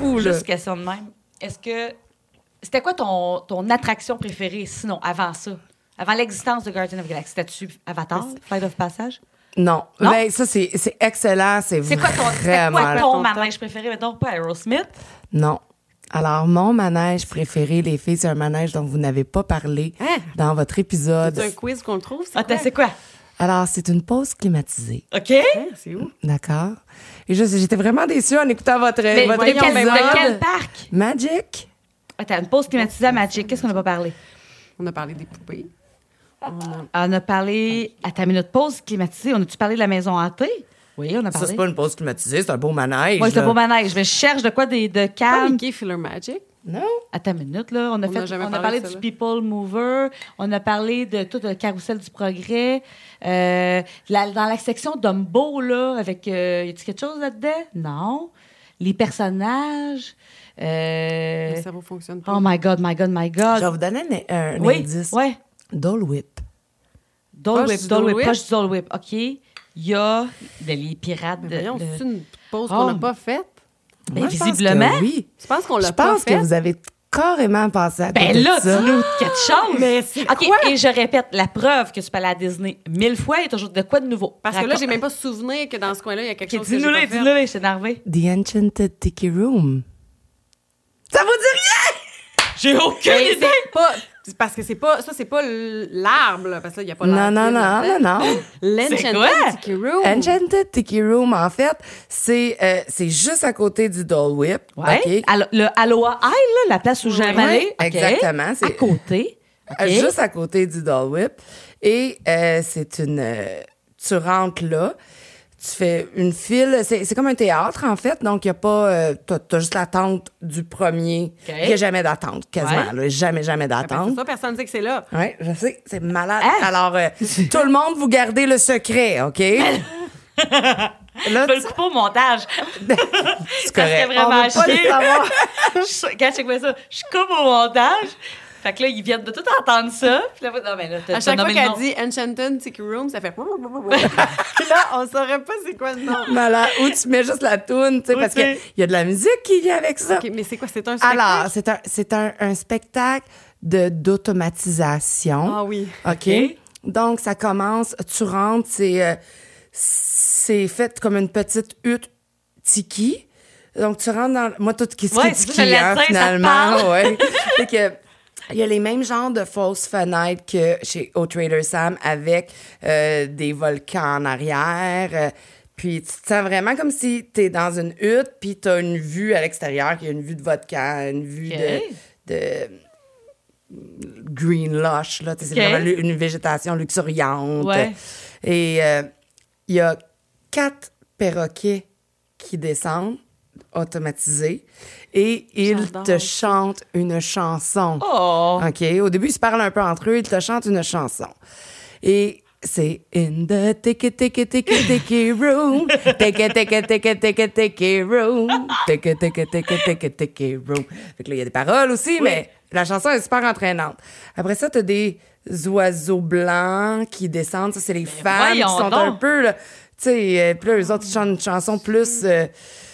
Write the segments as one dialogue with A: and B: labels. A: cool.
B: Juste question de même. Est-ce que. C'était quoi ton, ton attraction préférée, sinon, avant ça? Avant l'existence de Guardian of the Galaxy? C'était-tu Avatar, Flight of Passage?
A: Non.
B: Non?
A: Ben, ça, c'est c'est excellent. C'est
B: C'est quoi ton, c'était
A: vraiment...
B: quoi
A: là.
B: ton manège préféré? Mettons, pas Aerosmith.
A: Non. Alors, mon manège préféré, les filles, c'est un manège dont vous n'avez pas parlé
B: Hein?
A: dans votre épisode.
C: C'est un quiz qu'on le trouve, c'est
B: Attends,
C: quoi?
B: c'est quoi?
A: Alors, c'est une pause climatisée.
B: OK?
C: Hein, c'est où?
A: D'accord? Et je- j'étais vraiment déçue en écoutant votre, votre
B: voyons,
A: épisode.
B: mais de quel parc?
A: Magic?
B: Attends, une pause climatisée à Magic. Qu'est-ce qu'on n'a pas parlé?
C: On a parlé des poupées.
B: On a parlé. à ta minute pause climatisée. On a-tu parlé de la maison hantée? Oui, on a
A: Ça,
B: parlé.
A: c'est pas une pause climatisée, c'est un beau manège.
B: Moi, c'est
A: là.
B: pas manège. Mais je cherche de quoi des- de
C: Pas
B: calme.
C: Mickey Filler Magic.
A: Non?
B: À ta minute, là. On a,
C: On
B: fait,
C: n'a jamais
B: on a
C: parlé
B: parlé
C: de
B: du
C: ça, là.
B: People Mover. On a parlé de tout le carrousel du progrès. Euh, la- dans la section Dumbo, là, avec. euh, y a-tu quelque chose là-dedans? Non. Les personnages. euh,
C: Le cerveau fonctionne pas.
B: oh my God, my God, my
A: Je vais
B: God.
A: vous donner un, un
B: Oui,
A: indice.
B: ouais.
A: Dole Whip.
B: Dole
C: Proche
B: Whip,
C: du
B: Dole
C: Dole
B: Whip,
C: Whip.
B: proche du Dole Whip. OK. Il y a ben, les pirates.
C: Mais
B: de-
C: voyons,
B: de-
C: c'est une pause
B: Oh.
C: qu'on n'a pas faite.
B: Ben,
A: Moi, je pense que
B: visiblement.
A: oui.
C: Je pense qu'on
A: Je
C: l'a pas
A: pense que
C: faite.
A: vous avez carrément pensé à côté
B: Ben
A: de
B: là,
A: ça.
B: dis-nous quelque chose.
C: mais c'est
B: OK,
C: quoi?
B: et je répète, la preuve que tu peux aller à Disney mille fois, il y a toujours de quoi de nouveau.
C: Parce que là, j'ai même pas souvenir que dans ce coin-là, il y a quelque
B: OK,
C: chose que j'ai
B: dis-nous
C: pas
B: le,
C: fait.
B: dis-nous le, je suis énervée.
A: The Enchanted Tiki Room. Ça vous dit rien?
B: J'ai
C: Mais
B: aucune idée.
C: c'est pas- c'est parce que c'est pas ça c'est pas l- l'arbre là, parce que là il y a pas
A: Non, non,
C: l'arbre
A: non, non, non.
B: quoi?
C: L'Enchanted Tiki Room.
A: Enchanted Tiki Room, en fait, c'est euh, c'est juste à côté du Dole Whip.
B: Ouais. Ah,
A: OK?
B: Allo- le Aloha Isle, là, la place où j'aime
C: Ouais,
B: aller. OK.
A: exactement, c'est-
B: À côté.
A: Euh,
B: OK.
A: Juste à côté du Dole Whip. Et euh, c'est une. euh, tu rentres là. Tu fais une file. C'est c'est comme un théâtre, en fait. Donc, il n'y a pas. euh, T'as t'as juste l'attente du premier.
B: OK.
A: Il n'y a jamais d'attente, quasiment.
B: Ouais.
A: là. Jamais, jamais
C: Ben, c'est
A: d'attente.
C: ça, personne ne sait que c'est là.
A: Oui, je sais, c'est malade.
B: Ah!
A: Alors, euh, tout le monde, vous gardez le secret, OK? Là,
B: Je vais le
A: tu-
B: couper au montage.
A: c'est
B: Ça serait
A: correct. On
B: vraiment
A: veut pas le
B: chier.
A: savoir.
B: Je- Quand je fais ça, je coupe au montage. Fait que là, ils viennent de tout entendre ça. Puis là, Euh, non, mais là, t'as-
C: À
B: t'as
C: chaque fois
B: nommé le
C: qu'elle
B: nom.
C: dit Enchanted Tiki Room, ça fait là on saurait pas c'est quoi le nom.
A: Malade. Ou tu mets juste la toune, tu sais,
B: Ou
A: parce
B: tu
A: qu'il
B: sais.
A: y a de la musique qui vient avec ça.
C: OK, mais c'est quoi c'est un spectacle?
A: Alors, c'est un, c'est un, un spectacle de, d'automatisation.
C: Ah oui.
A: OK. Donc, ça commence, tu rentres, c'est, euh, c'est fait comme une petite hutte tiki. Donc, tu rentres dans. Moi, tout qui
B: Ouais,
A: serait
B: c'est ça,
A: tiki,
B: j'allais
A: hein,
B: dire, ça te
A: finalement.
B: parle.
A: Ouais. Fait que, il y a les mêmes genres de fausses fenêtres que chez au Trader Sam avec euh, des volcans en arrière. euh, puis tu te sens vraiment comme si t'es dans une hutte, puis t'as une vue à l'extérieur, qui a une vue de volcan, une vue
B: Ok.
A: de, de green lush, là. tu sais, C'est
B: Ok.
A: vraiment lu- une végétation luxuriante.
B: Ouais.
A: Et euh, il y a quatre perroquets qui descendent, automatisés, et ils
C: J'adore.
A: te chantent une chanson.
B: Oh!
A: OK. Au début, ils se parlent un peu entre eux, ils te chantent une chanson. Et c'est In the tiki tiki tiki tiki room. Tiki tiki tiki tiki tiki room. Tiki tiki tiki tiki tiki room. Fait que là, il y a des paroles aussi, mais la chanson est super entraînante. Après ça, t'as des oiseaux blancs qui descendent. Ça, c'est les femmes qui
B: Ben voyons
A: sont
B: donc.
A: un peu, là, tu sais, euh, puis là, eux autres, ils chantent une chanson plus. euh,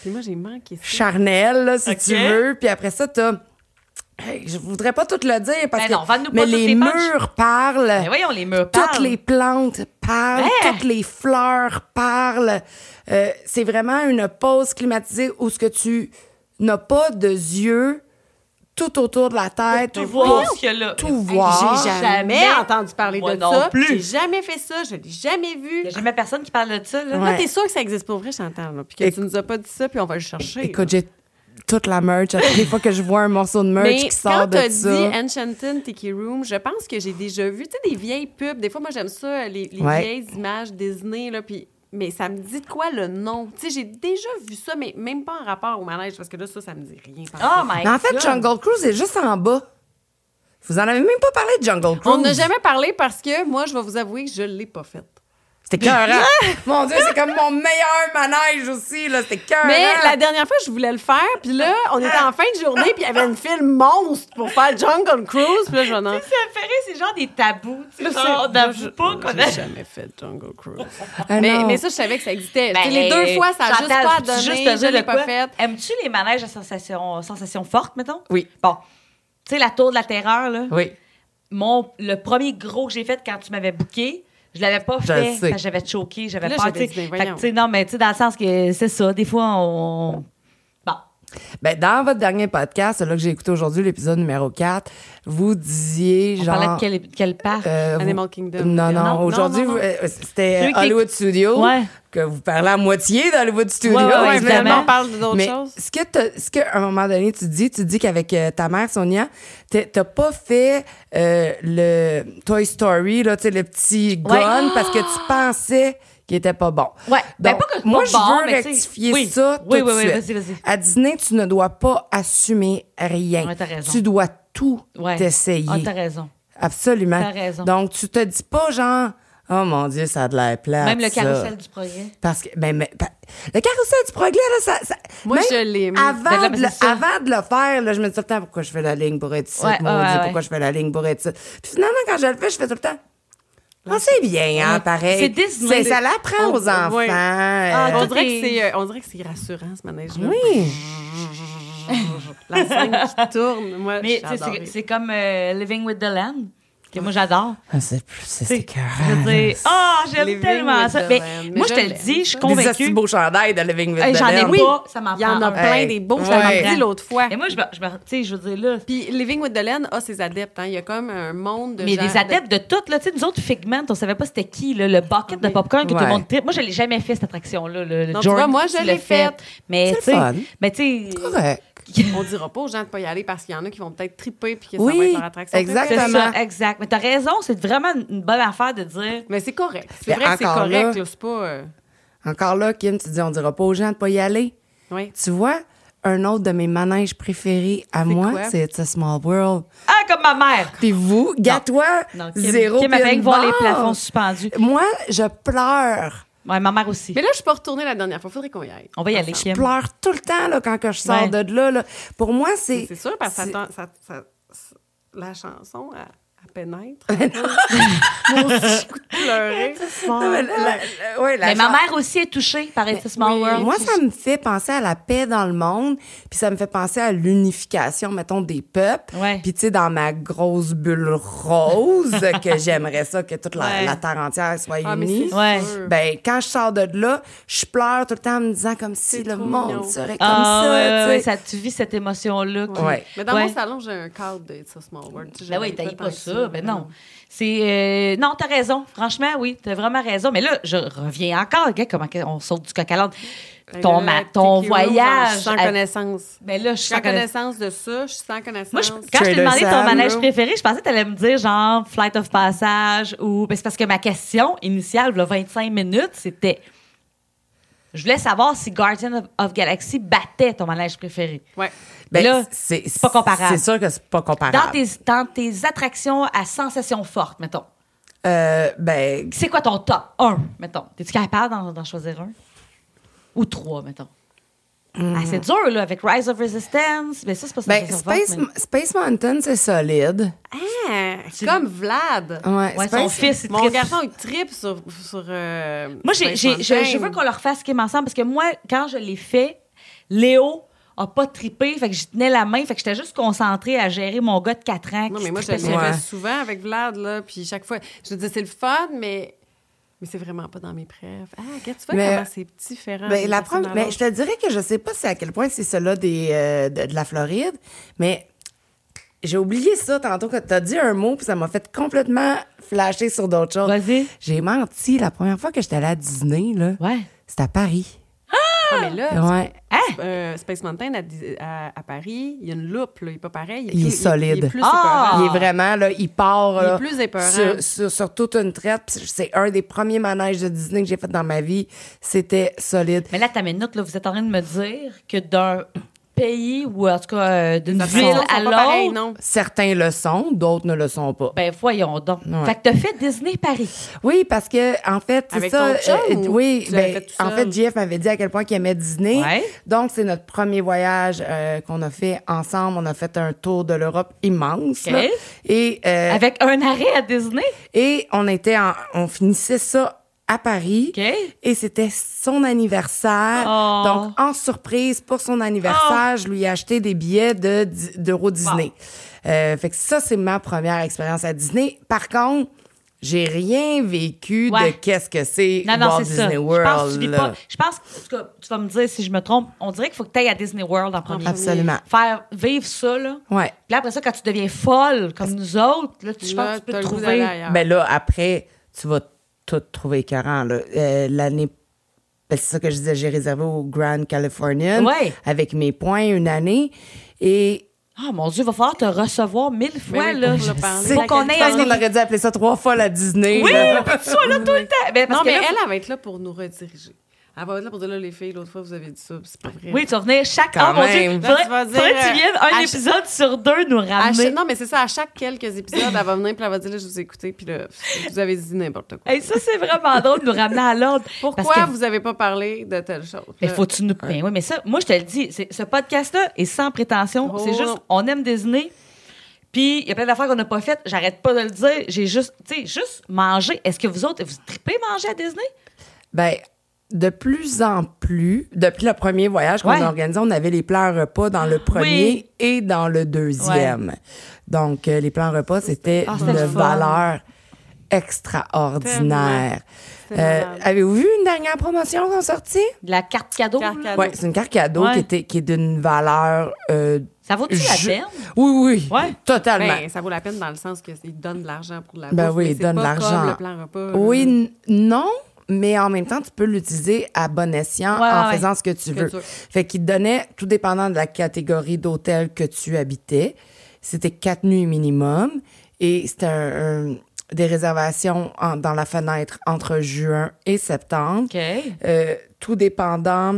C: Puis moi j'ai manqué ça.
A: charnel, là, si
B: Ok.
A: tu veux. Puis après ça, t'as. Hey, Je voudrais pas tout le dire parce
B: Ben
A: que
B: non, vends-nous pas
A: mais
B: toutes
A: les,
B: les punches.
A: murs parlent,
B: Ben voyons, les murs
A: toutes
B: parlent.
A: les plantes parlent,
B: Hein?
A: toutes les fleurs parlent. Euh, c'est vraiment une pause climatisée où ce que tu n'as pas de yeux tout autour de la tête
B: tout
A: pour
B: voir ce qu'il y a là.
A: tout
B: Hey,
A: voir.
C: J'ai jamais,
B: Jamais.
C: entendu parler
B: Moi
C: de
B: non
C: ça.
B: plus.
C: J'ai jamais fait ça, je l'ai jamais vu.
B: Il n'y a jamais personne qui parle de ça, là.
A: Ouais.
C: Là, t'es sûr que ça existe pour vrai, Chantal, là, puis que
A: Éc-
C: tu nous as pas dit ça, puis on va le chercher.
A: Écoute, j'ai toute la merch. À toutes les fois que je vois un morceau de merch
C: Mais
A: qui sort
C: quand
A: de
C: t'as dit
A: ça.
C: Enchanted Tiki Room, je pense que j'ai déjà vu, tu sais, des vieilles pubs. Des fois, moi, j'aime ça, les, les
A: Ouais.
C: vieilles images Disney, là, puis... Mais ça me dit de quoi le nom? Tu sais, j'ai déjà vu ça, mais même pas en rapport au manège, parce que là, ça, ça me dit rien. par
B: Oh
C: contre.
B: my
A: Mais en fait,
B: God.
A: Jungle Cruise est juste en bas. Vous en avez même pas parlé de Jungle Cruise.
C: On n'a jamais parlé parce que moi, je vais vous avouer que je l'ai pas faite.
A: C'était cœurant. mon Dieu, c'est comme mon meilleur manège aussi, là. C'était hein? cœurant.
C: Mais la dernière fois, je voulais le faire, puis là, on était en fin de journée, puis il y avait une file monstre pour faire Jungle Cruise, puis là, je vais en-
B: Tu sais, ça me fait rire, c'est genre des tabous. Tu sais,
C: Là,
B: genre, on
C: c'est-
B: n'avoue pas qu'on a.
C: J'ai jamais fait Jungle Cruise.
A: Ah
C: mais,
A: non.
C: mais ça, je savais que ça existait.
B: Ben,
C: Tu sais, les deux fois, ça a juste
B: Chantal,
C: pas
B: peux-tu
C: donné.
B: juste te
C: je
B: dire
C: l'ai
B: de
C: pas
B: quoi?
C: fait.
B: Aimes-tu les manèges à sensations, sensations fortes, mettons?
A: Oui.
B: Bon. Tu sais, la tour de la terreur, là.
A: Oui.
B: Mon, le premier gros que j'ai fait quand tu m'avais booké, je l'avais pas
A: Je
B: fait.
A: sais.
B: parce que J'avais choqué, j'avais
C: Là,
B: peur.
C: j'avais
B: tu
C: dit,
B: sais.
C: ben,
B: Fait que,
C: voyons.
B: tu sais, non, mais tu sais, dans le sens que c'est ça. Des fois, on. Bon.
A: Ben, dans votre dernier podcast, celui que j'ai écouté aujourd'hui, l'épisode numéro 4, vous disiez
B: On
A: genre.
B: parlait de quel, quel parc?
A: euh, vous-
C: Animal Kingdom.
A: Non, non.
C: Non,
A: Aujourd'hui,
C: non, non,
A: vous-
C: non.
A: euh, c'était
B: Celui qui-
A: Hollywood Studio.
B: Ouais.
A: Que vous parlez à moitié d'Hollywood Studio.
B: Ouais, ouais, ouais,
A: évidemment.
B: évidemment.
C: on parle d'autres
A: Mais
C: choses.
A: ce que t'as- ce qu'à un moment donné, tu dis, tu dis qu'avec euh, ta mère, Sonia, t'es- t'as pas fait euh, le Toy Story, là, tu sais, le petit gun,
B: Ouais.
A: parce que tu pensais qu'il était pas bon.
B: Ouais. Ben,
A: Donc,
B: pas que-
A: moi,
B: pas
A: je
B: bon,
A: veux
B: mais tu sais,
A: rectifier
B: oui.
A: ça tout
B: Oui,
A: de
B: oui, oui,
A: suite.
B: vas-y, vas-y.
A: À Disney, tu ne dois pas assumer rien.
B: Ouais, t'as raison.
A: Tu dois tout
B: Ouais.
A: t'essayer.
B: Ah, t'as raison.
A: Absolument.
B: T'as raison.
A: Donc, tu te dis pas genre, oh mon Dieu, ça a de l'air
C: Ah,
A: plate.
B: Même le
A: ça.
B: carrousel du progrès.
A: Parce que, ben, mais, pa- le carrousel du progrès, là, ça. ça-
C: Moi,
A: même
C: je l'ai mis.
B: Ben
A: Avant,
B: là,
A: de
B: mais
A: le,
B: c'est ça.
A: avant de le faire, là, je me dis tout le temps, pourquoi je fais la ligne pour être ici?
B: Ouais,
A: mon
B: ouais,
A: Dieu,
B: ouais,
A: pourquoi
B: ouais.
A: je fais la ligne pour être ici? Puis finalement, quand je le fais, je fais tout le temps. Ah, c'est bien, hein,
B: Ouais.
A: pareil.
B: C'est Ah, Disney.
A: C'est- Ça l'apprend
C: On-
A: aux enfants.
C: ouais.
A: euh,
C: on,
B: tout
C: dirait
B: est-
C: que c'est, euh, on dirait que c'est rassurant, ce manège-là.
A: oui.
C: La scène qui tourne, moi,
B: Mais
C: j'ai
B: tu sais, c'est-
C: adoré.
B: c'est comme euh, Living with the Land, que moi j'adore.
A: Ah, c'est plus, c'est
B: Je veux
A: écœurant.
B: dire, ah, j'aime
C: Living
B: tellement
C: with
B: ça.
C: the
B: Mais
C: land.
B: moi,
C: Mais
B: je te
C: je
B: le
C: l'aime,
B: dis, je suis
C: ça.
A: Des assis
B: convaincue.
A: beaux chandails de Living with
B: Hey,
A: the
B: J'en ai
A: Devil.
B: pas, ça m'en
C: Il y en
B: prend
C: a
B: un.
C: plein
A: Hey.
C: des beaux,
A: Ouais.
C: ça m'a dit l'autre fois.
B: Et moi, je me, je me- tu sais, je veux dire, là,
C: Puis Living with the Land a ses adeptes. hein. Il y a comme un monde de
B: mais
C: gens.
B: les adeptes de toutes, là, tu sais, nous autres, Figment, on savait pas c'était qui, là, le bucket de
C: Ah Oui.
B: popcorn que tout
A: Ouais.
B: le monde tripe. Moi, je l'ai jamais fait, cette attraction-là. Le, le
C: Non, tu
B: Jordan,
C: vois, moi, je
B: tu
C: l'ai
B: l'as fait.
C: faite.
B: Mais,
A: C'est
B: tu sais,
A: le fun.
B: mais tu sais,
A: Correct.
C: On dira pas aux gens de pas y aller parce qu'il y en a qui vont peut-être triper puis que ça va
A: Oui,
C: être leur attraction.
A: exact.
B: c'est
A: Exactement.
B: ça, exact. Mais t'as raison, c'est vraiment une bonne affaire de dire.
C: Mais c'est correct. C'est
A: Mais
C: vrai que c'est
A: encore
C: correct.
A: là-
C: là, C'est pas. euh,
A: Encore là, Kim, tu dis, on dira pas aux gens de pas y aller.
C: Oui.
A: Tu vois, un autre de mes manèges préférés à moi,
C: quoi?
A: c'est It's a Small World.
B: Ah, comme ma mère!
A: Puis vous, gâte-toi,
B: Non, Kim,
A: zéro
B: Kim
A: puis
B: avec
A: une
B: voir
A: barre.
B: les plafonds suspendus.
A: Moi, je pleure.
B: Ouais, ma mère aussi.
C: Mais là, je suis pas retournée la dernière fois. Faudrait qu'on y aille.
B: On va y aller,
A: Je
B: Kim.
A: pleure tout le temps là, quand que je sors
B: Ouais.
A: de là, là. Pour moi, c'est...
C: C'est sûr parce que
A: c'est-
C: ça tend- ça- ça- ça- la chanson, elle, elle pénètre. Pleurer.
A: Ah, La- la- ouais, la
B: Mais ma
A: chan-
B: mère aussi est touchée par It's a Small
C: oui,
B: World.
A: Moi, ça me fait penser à la paix dans le monde, puis ça me fait penser à l'unification, mettons, des peuples.
B: Ouais.
A: Puis, tu sais, dans ma grosse bulle rose, que j'aimerais ça que toute la,
B: Ouais.
A: la terre entière soit
C: Ah, mais
A: unie.
C: c'est
B: Ouais.
C: sûr.
A: Ben, quand je sors de là, je pleure tout le temps en me disant comme si
C: C'est
A: le
C: trop
A: monde
C: mignon.
A: serait comme
B: Ah,
A: ça.
B: ouais,
A: tu
B: ouais,
A: sais.
B: ouais, ça, tu vis cette émotion-là. qui-
A: Ouais.
C: Mais dans
B: Ouais.
C: mon salon, j'ai un cadre de It's a Small World. Tu sais,
B: Ben oui,
C: j'avais
B: t'as
C: tant
B: pas
C: que
B: ça, ben non. C'est euh, non, t'as raison. Franchement, oui, t'as vraiment raison. Mais là, je reviens encore, regarde comment que- on saute du coq à l'âne.
C: Fait que
B: Ton,
C: Ben là,
B: ma-
C: Tiki
B: ton
C: Rose, je
B: voyage.
C: suis sans
B: à-
C: connaissance.
B: Mais là, je
C: Je
B: suis
C: suis
B: en
C: en
B: connaissance.
C: connaissance de ça, je suis sans connaissance.
B: Moi, je- quand je t'ai
A: Trader
B: demandé ton
A: Sam,
B: manège
A: là.
B: préféré, je pensais que t'allais me dire genre Flight of Passage ou. Ben, c'est parce que ma question initiale, là, 25 minutes, c'était. Je voulais savoir si Guardian of, of Galaxy battait ton manège préféré.
C: Ouais.
A: Ben,
B: là,
A: c'est
B: c'est pas comparable.
A: C'est sûr que c'est pas comparable.
B: Dans tes, dans tes attractions à sensations fortes, mettons.
A: Euh, ben,
B: C'est quoi ton top 1, mettons? T'es-tu capable d'en, d'en choisir un? Ou trois, mettons? Ah, c'est dur, là, avec Rise of Resistance. Mais ça, c'est pas
A: ben,
B: sensation forte,
A: Space,
B: mais-
A: Space Mountain, c'est solide.
C: Ah, comme Vlad.
A: Ouais,
B: Ouais, son
A: Space-
B: fils, il
C: Mon
B: tripe.
C: garçon, il tripe sur. sur euh,
B: Moi, j'ai,
C: Space
B: j'ai- je,
C: Mountain.
B: je veux qu'on leur fasse Kim ensemble parce que moi, quand je l'ai fait, Léo a pas trippé. Fait que j'y tenais la main. Fait que j'étais juste concentrée à gérer mon gars de 4 ans.
C: Non,
B: qui
C: mais moi, je
B: trippait
C: le
B: sur-
A: Ouais.
C: vivais souvent avec Vlad, là. Puis chaque fois, je dis, c'est le fun, mais. Mais c'est vraiment pas dans mes prêves. Ah, regarde, tu vois
A: Mais-
C: comment Ah, c'est différent.
A: Ben,
C: d'une
A: la
C: personne
A: première-
C: à
A: ben,
C: l'autre.
A: je te dirais que je sais pas c'est à quel point c'est cela des, euh, de, de la Floride, mais j'ai oublié ça tantôt quand t'as dit un mot, puis ça m'a fait complètement flasher sur d'autres choses.
B: Vas-y.
A: J'ai menti la première fois que j'étais allée à Disney, là.
B: Ouais.
A: C'était à Paris.
C: Ah, mais là,
A: Ouais.
B: Hein?
C: euh, Space Mountain à, à- à Paris, il y a une loupe, là. Il est pas pareil.
A: Il est
C: plus- Il,
A: solide.
C: est plus
B: Ah!
C: épeurant.
A: Il est vraiment, là, il part.
C: Il est
A: là,
C: plus épeurant.
A: Sur, sur- sur toute une traite. Puis C'est un des premiers manèges de Disney que j'ai fait dans ma vie. C'était solide.
B: Mais là, ta minute, là, vous êtes en train de me dire que d'un pays ou en tout cas euh, d'une
C: Ça fait-
B: ville
C: sont pas
B: à
C: pareils,
B: l'autre.
C: non.
A: Certains le sont, d'autres ne le sont pas.
B: Ben voyons donc.
A: Ouais.
B: Fait que t'as fait Disney Paris.
A: Oui, parce que en fait, c'est
C: Avec
A: ça.
C: ton chum ou
A: oui,
C: tu l'avais
A: ben,
C: fait tout
A: en
C: seul?
A: fait, JF m'avait dit à quel point qu'il aimait Disney.
B: Ouais.
A: Donc, c'est notre premier voyage euh, qu'on a fait ensemble. On a fait un tour de l'Europe immense.
B: Ok.
A: là. Et euh,
B: Avec un arrêt à Disney.
A: et on était, en- on finissait ça à Paris.
B: OK.
A: Et c'était son anniversaire.
B: Oh.
A: Donc, en surprise, pour son anniversaire, je lui ai acheté des billets de Di- d'Euro Disney. Euh, fait que ça, c'est ma première expérience à Disney. Par contre, j'ai rien vécu
B: Ouais.
A: de qu'est-ce que c'est
B: Non, non,
A: Walt
B: c'est ça.
A: Disney
B: je pense que tu
A: World.
B: vis
A: là.
B: pas. Je pense que en tout cas, tu vas me dire si je me trompe. On dirait qu'il faut que tu ailles à Disney World en premier.
A: Absolument.
B: Faire vivre ça, là.
A: Ouais.
B: Puis là, après ça, quand tu deviens folle comme nous autres, là, tu- je pense
C: Là,
B: que tu peux
C: t'as
B: te
C: le goût d'aller
B: trouver.
C: ailleurs.
A: Ben là, après, tu vas tout trouver écœurant. là. Euh, L'année. ben, c'est ça que je disais, j'ai réservé au Grand Californian
B: Ouais.
A: avec mes points une année. Et
B: Ah, mon Dieu, il va falloir te recevoir mille fois,
C: oui,
B: là.
C: pour le parler.
B: Faut qu'on
A: Je
B: ait
A: pense
B: un
A: qu'on aurait dû appeler ça trois fois la Disney.
B: Oui,
A: là.
B: pour que tu sois là tout le temps. Ben, parce
C: Non,
B: que
C: mais
B: là,
C: elle, elle va être là pour nous rediriger. Elle va être là pour dire, là, les filles, l'autre fois, vous avez dit ça, puis c'est pas vrai.
B: Oui, tu vas venir chaque.
A: Quand
B: Ah, mon Dieu,
A: même.
B: faudrait,
C: Là, tu vas dire,
B: faudrait que tu viennes un
C: euh, à
B: épisode sur deux nous
C: À
B: ramener.
C: chaque- Non, mais c'est ça, à chaque quelques épisodes, elle va venir, puis elle va dire, là, je vous ai écouté, puis là, vous avez dit n'importe quoi.
B: Hey, ça, c'est vraiment drôle de nous ramener à l'ordre.
C: Pourquoi
B: Parce que-
C: vous n'avez pas parlé de telle chose?
B: Mais
C: là?
B: faut-tu nous. Ben oui, mais ça, moi, je te le dis, c'est- ce podcast-là est sans prétention.
C: Oh,
B: c'est juste,
C: non.
B: on aime Disney. Puis, il y a plein d'affaires qu'on n'a pas faites. J'arrête pas de le dire. J'ai juste, tu sais, juste manger. Est-ce que vous autres, vous tripez manger à Disney?
A: Ben, de plus en plus, depuis le premier voyage qu'on
B: Ouais.
A: a organisé, on avait les plans repas dans le premier et dans le deuxième. Donc, euh, les plans repas, c'était
B: Ah, c'était
A: une
B: le fun.
A: valeur extraordinaire. Euh,
C: Tellement. C'était malade.
A: Avez-vous vu une dernière promotion qu'on sortit?
B: De la carte cadeau.
C: Carte
B: là?
C: cadeau.
A: Oui, c'est une carte cadeau
B: Ah, Ouais.
A: qui, était, qui est d'une valeur... euh,
B: Ça vaut-tu la
A: je-
B: peine?
A: Oui, oui,
B: Ouais.
A: totalement.
C: Ben, ça vaut la peine dans le sens qu'ils donnent de l'argent pour de la
A: Ben
C: bouffe,
A: oui,
C: mais
A: ils
C: c'est
A: donnent
C: pas
A: de l'argent.
C: comme le plan repas. là.
A: Oui, n- non, mais en même temps, tu peux l'utiliser à bon escient
B: Ouais,
A: en
B: ouais.
A: faisant ce que tu
C: Que
A: veux.
C: tu veux.
A: Fait qu'il te donnait, tout dépendant de la catégorie d'hôtel que tu habitais, c'était quatre nuits minimum et c'était un- un- des réservations en- dans la fenêtre entre juin et septembre.
B: OK.
A: Euh, tout dépendant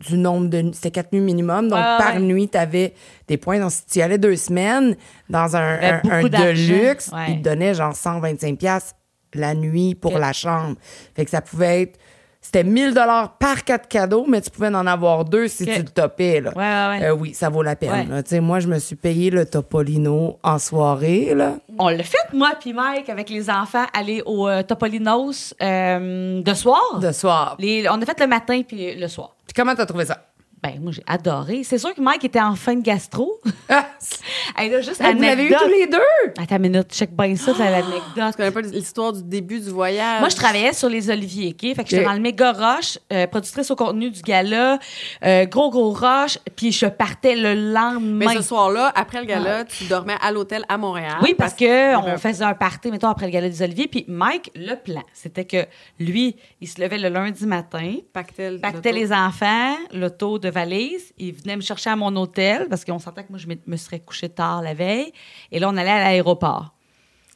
A: du nombre de nuits. C'était quatre nuits minimum. Donc,
B: Ouais, ouais,
A: par
B: ouais.
A: nuit, tu avais des points. Donc, si tu y allais deux semaines dans un,
B: Ben,
A: un, un
B: beaucoup d'argent.
A: deluxe,
B: Ouais.
A: ils te donnaient genre 125 pièces la nuit pour
B: Ok.
A: la chambre. Fait que ça pouvait être... C'était 1000 dollars par quatre cadeaux, mais tu pouvais en avoir deux si
B: Ok.
A: tu le topais. Là.
B: Ouais, ouais, ouais.
A: Euh, oui, ça vaut la
B: Ouais.
A: peine. là. Tu sais, Moi, je me suis payé le Topolino en soirée. Là.
B: On l'a fait, moi puis Mike, avec les enfants, aller au euh, Topolinos euh, de soir.
A: De soir.
B: Les- on a fait le matin puis le soir.
A: Puis comment t'as trouvé ça?
B: Ben, moi, j'ai adoré. C'est sûr que Mike était en fin de gastro.
A: Ah,
B: Hey, là, juste
A: vous l'avez eu
B: anecdote.
A: tous les deux?
B: Attends une minute, check bien ça, c'est
C: Tu
B: l'anecdote.
C: connais pas l'histoire du début du voyage.
B: Moi, je travaillais sur les oliviers, OK? Fait que j'étais
A: Ok.
B: dans le méga rush, euh, productrice au contenu du gala, euh, gros, gros rush, puis je partais le
C: Mais
B: lendemain. Ah
C: ce soir-là, après le gala, tu dormais à l'hôtel à Montréal.
B: oui, parce
C: y
B: que
C: avait
B: on faisait un party, mettons, après le gala des oliviers, puis Mike, le plan, c'était que lui, il se levait le lundi matin,
C: un pactel.
B: pactait
C: d'auto.
B: les enfants, l'auto de valise. Il venait me chercher à mon hôtel parce qu'on sentait que moi, je me- me serais couchée tard la veille. Et là, on allait à l'aéroport.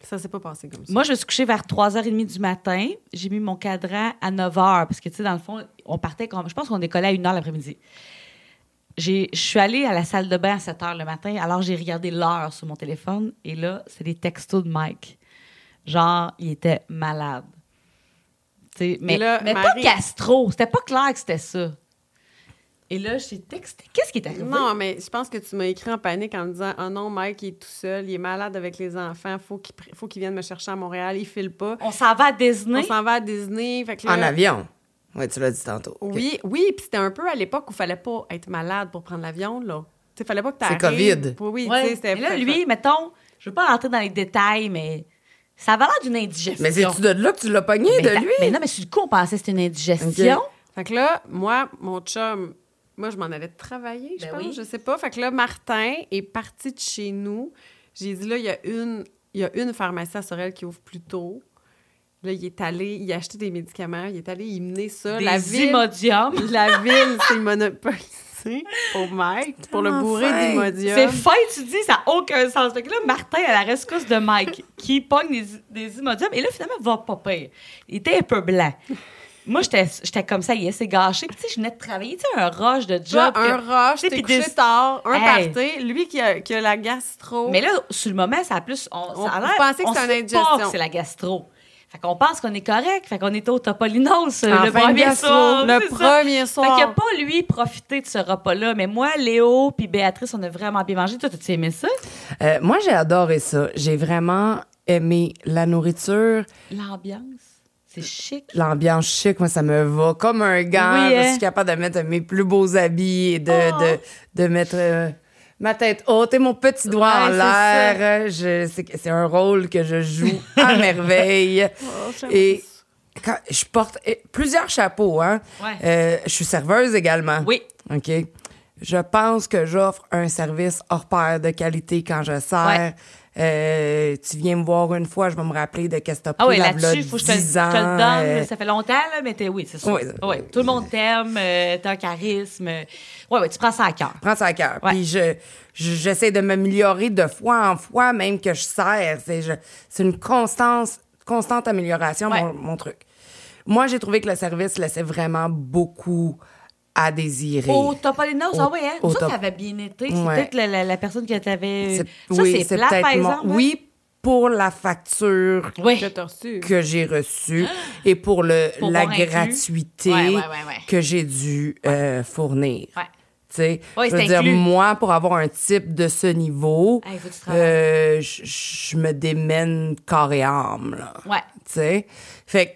C: Ça s'est pas passé comme ça.
B: Moi, je me suis couchée vers 3h30 du matin. J'ai mis mon cadran à 9h parce que, tu sais, dans le fond, on partait quand Je pense qu'on décollait à 1h l'après-midi. J'ai- Je suis allée à la salle de bain à 7h le matin. Alors, j'ai regardé l'heure sur mon téléphone et là, c'est des textos de Mike. Genre, il était malade. Tu sais, mais
C: là,
B: mais pas
C: Marie-
B: Castro. C'était pas clair que c'était ça. Et là, j'ai texté. Qu'est-ce qui est arrivé?
C: Non, mais je pense que tu m'as écrit en panique en me disant Oh non, Mike, il est tout seul, il est malade avec les enfants, faut qu'il pr- faut qu'il vienne me chercher à Montréal, il file pas.
B: On s'en va à
C: On
B: Disney.
C: s'en va à Disney. Fait que là-
A: En avion. Oui, tu l'as dit tantôt. OK.
C: Oui, oui, puis c'était un peu à l'époque où fallait pas être malade pour prendre l'avion, là. Tu sais, fallait pas que tu
A: C'est COVID.
C: Oui, oui,
B: Ouais.
C: tu sais, c'était.
B: Mais là, lui, mettons, je veux pas rentrer dans les détails, mais ça avait l'air d'une indigestion.
A: Mais c'est-tu de là que tu l'as pogné,
B: Mais
A: de
B: ta-
A: lui?
B: Mais non, mais sur le coup, on pensait que c'était une indigestion.
A: Ok.
C: Fait que là, moi, mon chum, moi, je m'en allais travailler, je
B: Ben
C: pense,
B: oui.
C: je sais pas. Fait que là, Martin est parti de chez nous. J'ai dit, là, il y a une, il y a une pharmacie à Sorel qui ouvre plus tôt. Là, il est allé, il a acheté des médicaments, il est allé, il menait ça.
B: Des
C: la ville,
B: Imodium.
C: la ville s'est monopolisée pour Mike, pour le
A: Enfin.
C: bourré
B: C'est
C: d'Imodium.
B: fin, tu dis, ça n'a aucun sens. Fait que là, Martin, à la rescousse de Mike, qui pogne des, des Imodium, et là, finalement, va pas pire. Il était un peu blanc. Moi, j'étais j'étais comme ça, yes, c'est gâché. Puis, tu sais, je venais de travailler, tu sais, un rush de
C: Toi,
B: job.
C: un
B: que- tu
C: rush,
B: sais,
C: t'es
B: puis
C: couché
B: des-
C: tard, un
B: Hey.
C: party, lui qui a, qui a la gastro.
B: Mais là, sur le moment, ça a plus. On,
C: On-
B: ça a
C: vous
B: l'air.
C: pensez que
B: on
C: c'est
B: sait
C: une
B: pas
C: indigestion.
B: que C'est la gastro. Fait qu'on pense qu'on est correct. Fait qu'on était au Topolinos euh,
C: En
B: le
C: fin de
B: premier
C: gastro,
B: soir.
C: Le
B: c'est ça.
C: premier
B: Fait
C: soir.
B: qu'il a pas, lui, profité de ce repas-là. Mais moi, Léo puis Béatrice, on a vraiment bien mangé. Toi, t'as-tu aimé ça?
A: Euh, moi, j'ai adoré ça. J'ai vraiment aimé la nourriture,
B: L'ambiance, c'est chic.
A: l'ambiance chic. Moi, ça me va comme un gant.
B: Oui,
A: je
B: hein?
A: suis capable de mettre mes plus beaux habits et de,
B: Oh.
A: de, de mettre euh, ma tête haute et mon petit doigt
B: Ouais,
A: en
B: c'est
A: l'air. Je- C'est c'est un rôle que je joue à merveille.
C: Oh, j'aime
A: Et
C: ça.
A: quand- je porte eh, plusieurs chapeaux. Hein.
B: Ouais.
A: Euh, je suis serveuse également.
B: Oui.
A: OK. Je pense que j'offre un service hors pair de qualité quand je sers. Euh, tu viens me voir une fois, je vais me rappeler de qu'est-ce que t'as
B: Ah oui,
A: pris la v'là
B: là-dessus, faut que je te,
A: 10
B: je te le
A: ans,
B: donne.
A: euh,
B: Ça fait longtemps, là, mais t'es, oui, c'est sûr.
A: Oui.
B: Ouais, tout le monde t'aime, euh, t'as un charisme. euh, Ouais, ouais, tu prends ça à cœur.
A: prends ça à cœur.
B: Ouais.
A: Puis je, je- j'essaie de m'améliorer de fois en fois, même que je sers. C'est, je- c'est une constance, constante amélioration,
B: Ouais.
A: mon, mon truc. Moi, j'ai trouvé que le service laissait vraiment beaucoup à désirer.
B: Au Topolinos,
A: Au-
B: ah oui, hein?
A: au
B: Ça,
A: top-
B: ça avait bien été. C'est
A: Ouais.
B: peut-être la, la- la personne que t'avais...
A: C'est-
B: euh, Ça,
A: oui,
B: c'est plat, par
A: peut-être mon-
B: exemple. hein?
A: Oui, pour la facture
B: Oui.
C: Que t'as reçu.
A: que j'ai reçu et pour le
B: Pour
A: la
B: boire inclus.
A: gratuité
B: Ouais, ouais, ouais, ouais.
A: que j'ai dû euh, fournir.
B: Ouais.
A: Tu sais,
B: Ouais,
A: je veux
B: c'est
A: dire,
B: inclus.
A: moi, pour avoir un type de ce niveau,
B: Hey, faut que tu travailles.
A: euh, je je me démène corps et âme, là.
B: Ouais.
A: Tu sais? Fait que,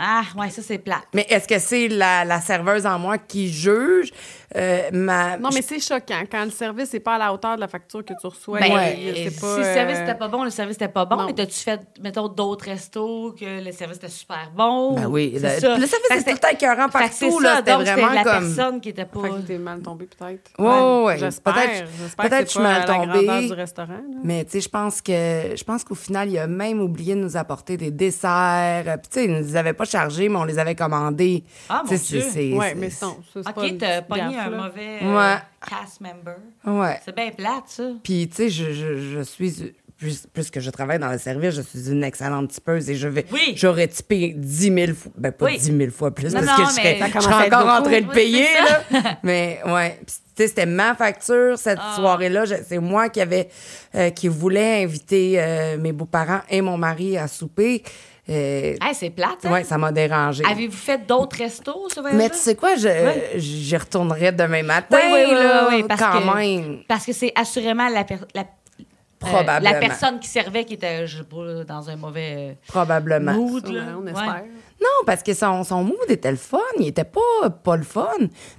B: Ah, ouais, ça, c'est plat.
A: mais est-ce que c'est la, la serveuse en moi qui juge euh, ma...
C: Non, mais c'est choquant. Quand le service n'est pas à la hauteur de la facture que tu reçois,
B: Ben,
A: Ouais.
C: il-
B: euh,
C: c'est pas,
B: si le service
C: euh,
B: n'était pas bon, le service n'était pas bon.
C: non.
B: Mais t'as-tu fait, mettons, d'autres restos que le service était super bon?
A: Ben oui,
B: C'est
A: le-
B: ça.
A: le service
B: Fait que
A: est tout le temps écœurant
B: fait que c'est
A: partout, là,
B: ça,
A: c'était
B: donc,
A: vraiment
B: la
A: comme-
B: personne qui était pas...
C: Fait que t'es mal tombé, peut-être.
A: Ouais, ouais, ouais.
C: J'espère.
A: Peut-être-
C: J'espère que
A: peut-être
C: c'est
A: je suis
C: pas
A: mal
C: à la
A: tombée.
C: grandeur du restaurant. là.
A: Mais tu sais, je pense que je pense qu'au final, il a même oublié de nous apporter des desserts. Euh, Puis tu sais, il ne les avait pas chargés, mais on les avait commandés.
B: Ah, mon
A: Tu sais, c'est-
B: Dieu.
A: c'est-
C: Ouais,
A: c'est-
C: mais non, ça, c'est pas
B: OK,
C: une
B: t'as
C: petite
B: pogné
C: gaffe,
B: un
C: là.
B: mauvais euh,
A: Ouais.
B: cast member.
A: Ouais.
B: C'est bien plate, ça.
A: Puis tu sais, je, je, je suis plus- puisque je travaille dans le service, je suis une excellente tipeuse et je vais
B: Oui.
A: j'aurais typé 10 000 fois, ben pas
B: Oui.
A: 10 000 fois plus
B: Non,
A: parce
B: non,
A: que je serais,
B: mais- Ça
A: je
C: commence
A: serais
C: à être
A: encore en
C: beaucoup.
A: train de
B: Oui,
A: payer
B: c'est
A: là. mais ouais, Puis, tu sais, c'était ma facture cette
B: Ah.
A: soirée là, c'est moi qui avait euh, qui voulais inviter euh, mes beaux-parents et mon mari à souper. Euh,
B: Hey, c'est plate, hein?
A: Ouais, ça m'a dérangé.
B: Avez-vous fait d'autres restos, ce voyage-là?
A: Mais tu sais quoi, je
B: Ouais.
A: j'y retournerai demain matin
B: Oui, oui, oui,
A: là,
B: oui, oui, parce
A: quand
B: que-
A: même.
B: Parce que c'est assurément la, per- la, euh,
A: Probablement.
B: la personne qui servait qui était je sais pas, dans un mauvais euh,
A: Probablement.
B: mood.
C: Ça,
B: là.
C: on
B: Ouais.
C: espère.
A: Non, parce que son, son mood était le fun. Il était pas, pas le fun.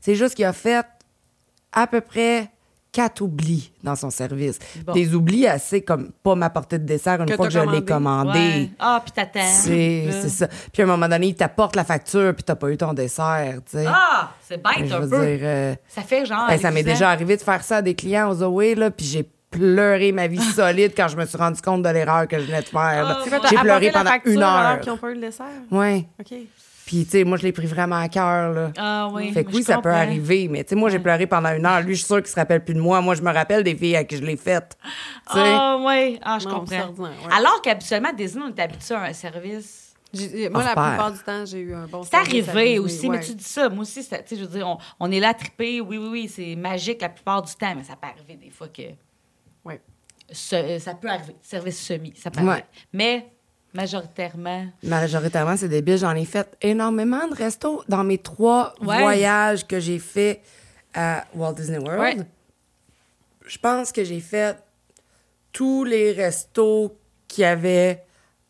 A: C'est juste qu'il a fait à peu près quatre oublis dans son service.
B: Bon.
A: Des oublis assez comme pas m'apporter de dessert une
C: Que
A: fois que
C: t'as
A: je l'ai
B: Ouais.
A: commandé.
B: Ah, puis t'attends.
A: C'est
B: Là.
A: c'est ça. Puis à un moment donné, il t'apporte la facture puis t'as pas eu ton dessert, tu sais.
B: Ah, c'est bête
A: Je
B: un
A: veux
B: peu.
A: dire, euh,
B: Ça fait genre.
C: Ah,
A: Hey, ça m'est
B: accusant.
A: déjà arrivé de faire ça à des clients aux Zoé, là, puis j'ai pleuré ma vie solide quand je me suis rendu compte de l'erreur que je venais de faire. là.
B: Oh,
C: C'est quoi, Ah, t'as
A: j'ai
C: apporté
A: pleuré
C: la
A: pendant
C: facture
A: une
C: alors
A: heure.
C: qu'ils ont pas eu le dessert?
A: Ouais.
C: OK.
A: Puis, tu sais, moi, je l'ai pris vraiment à cœur, là.
B: Ah oui.
A: Fait que
B: mais
A: oui,
B: je
A: ça peut
B: comprends.
A: arriver, mais tu sais, moi, j'ai pleuré pendant une heure. Lui, je suis sûre qu'il se rappelle plus de moi. Moi, je me rappelle des filles à qui je l'ai faite. Tu sais.
B: Ah oui, ah, je
C: Non, c'est
B: comprends.
C: ordinaire, ouais.
B: Alors qu'habituellement, Disney, on est habitué à un service.
C: J'ai- Moi,
A: On
C: la
A: repère.
C: plupart du temps, j'ai eu un bon
B: C'est
C: service à
B: arrivé
C: Disney,
B: aussi,
C: ouais.
B: mais tu dis ça. Moi aussi, c'est- tu sais, je veux dire, on, on est là à triper. Oui, oui, oui, c'est magique la plupart du temps, mais ça peut arriver des fois que.
C: Ouais.
B: ce- euh, ça peut arriver. Service semi, ça peut
A: Ouais.
B: arriver. Mais majoritairement.
A: Majoritairement, c'est débile. J'en ai fait énormément de restos dans mes trois
B: Ouais.
A: voyages que j'ai fait à Walt Disney World.
B: Ouais.
A: Je pense que j'ai fait tous les restos qu'il y avait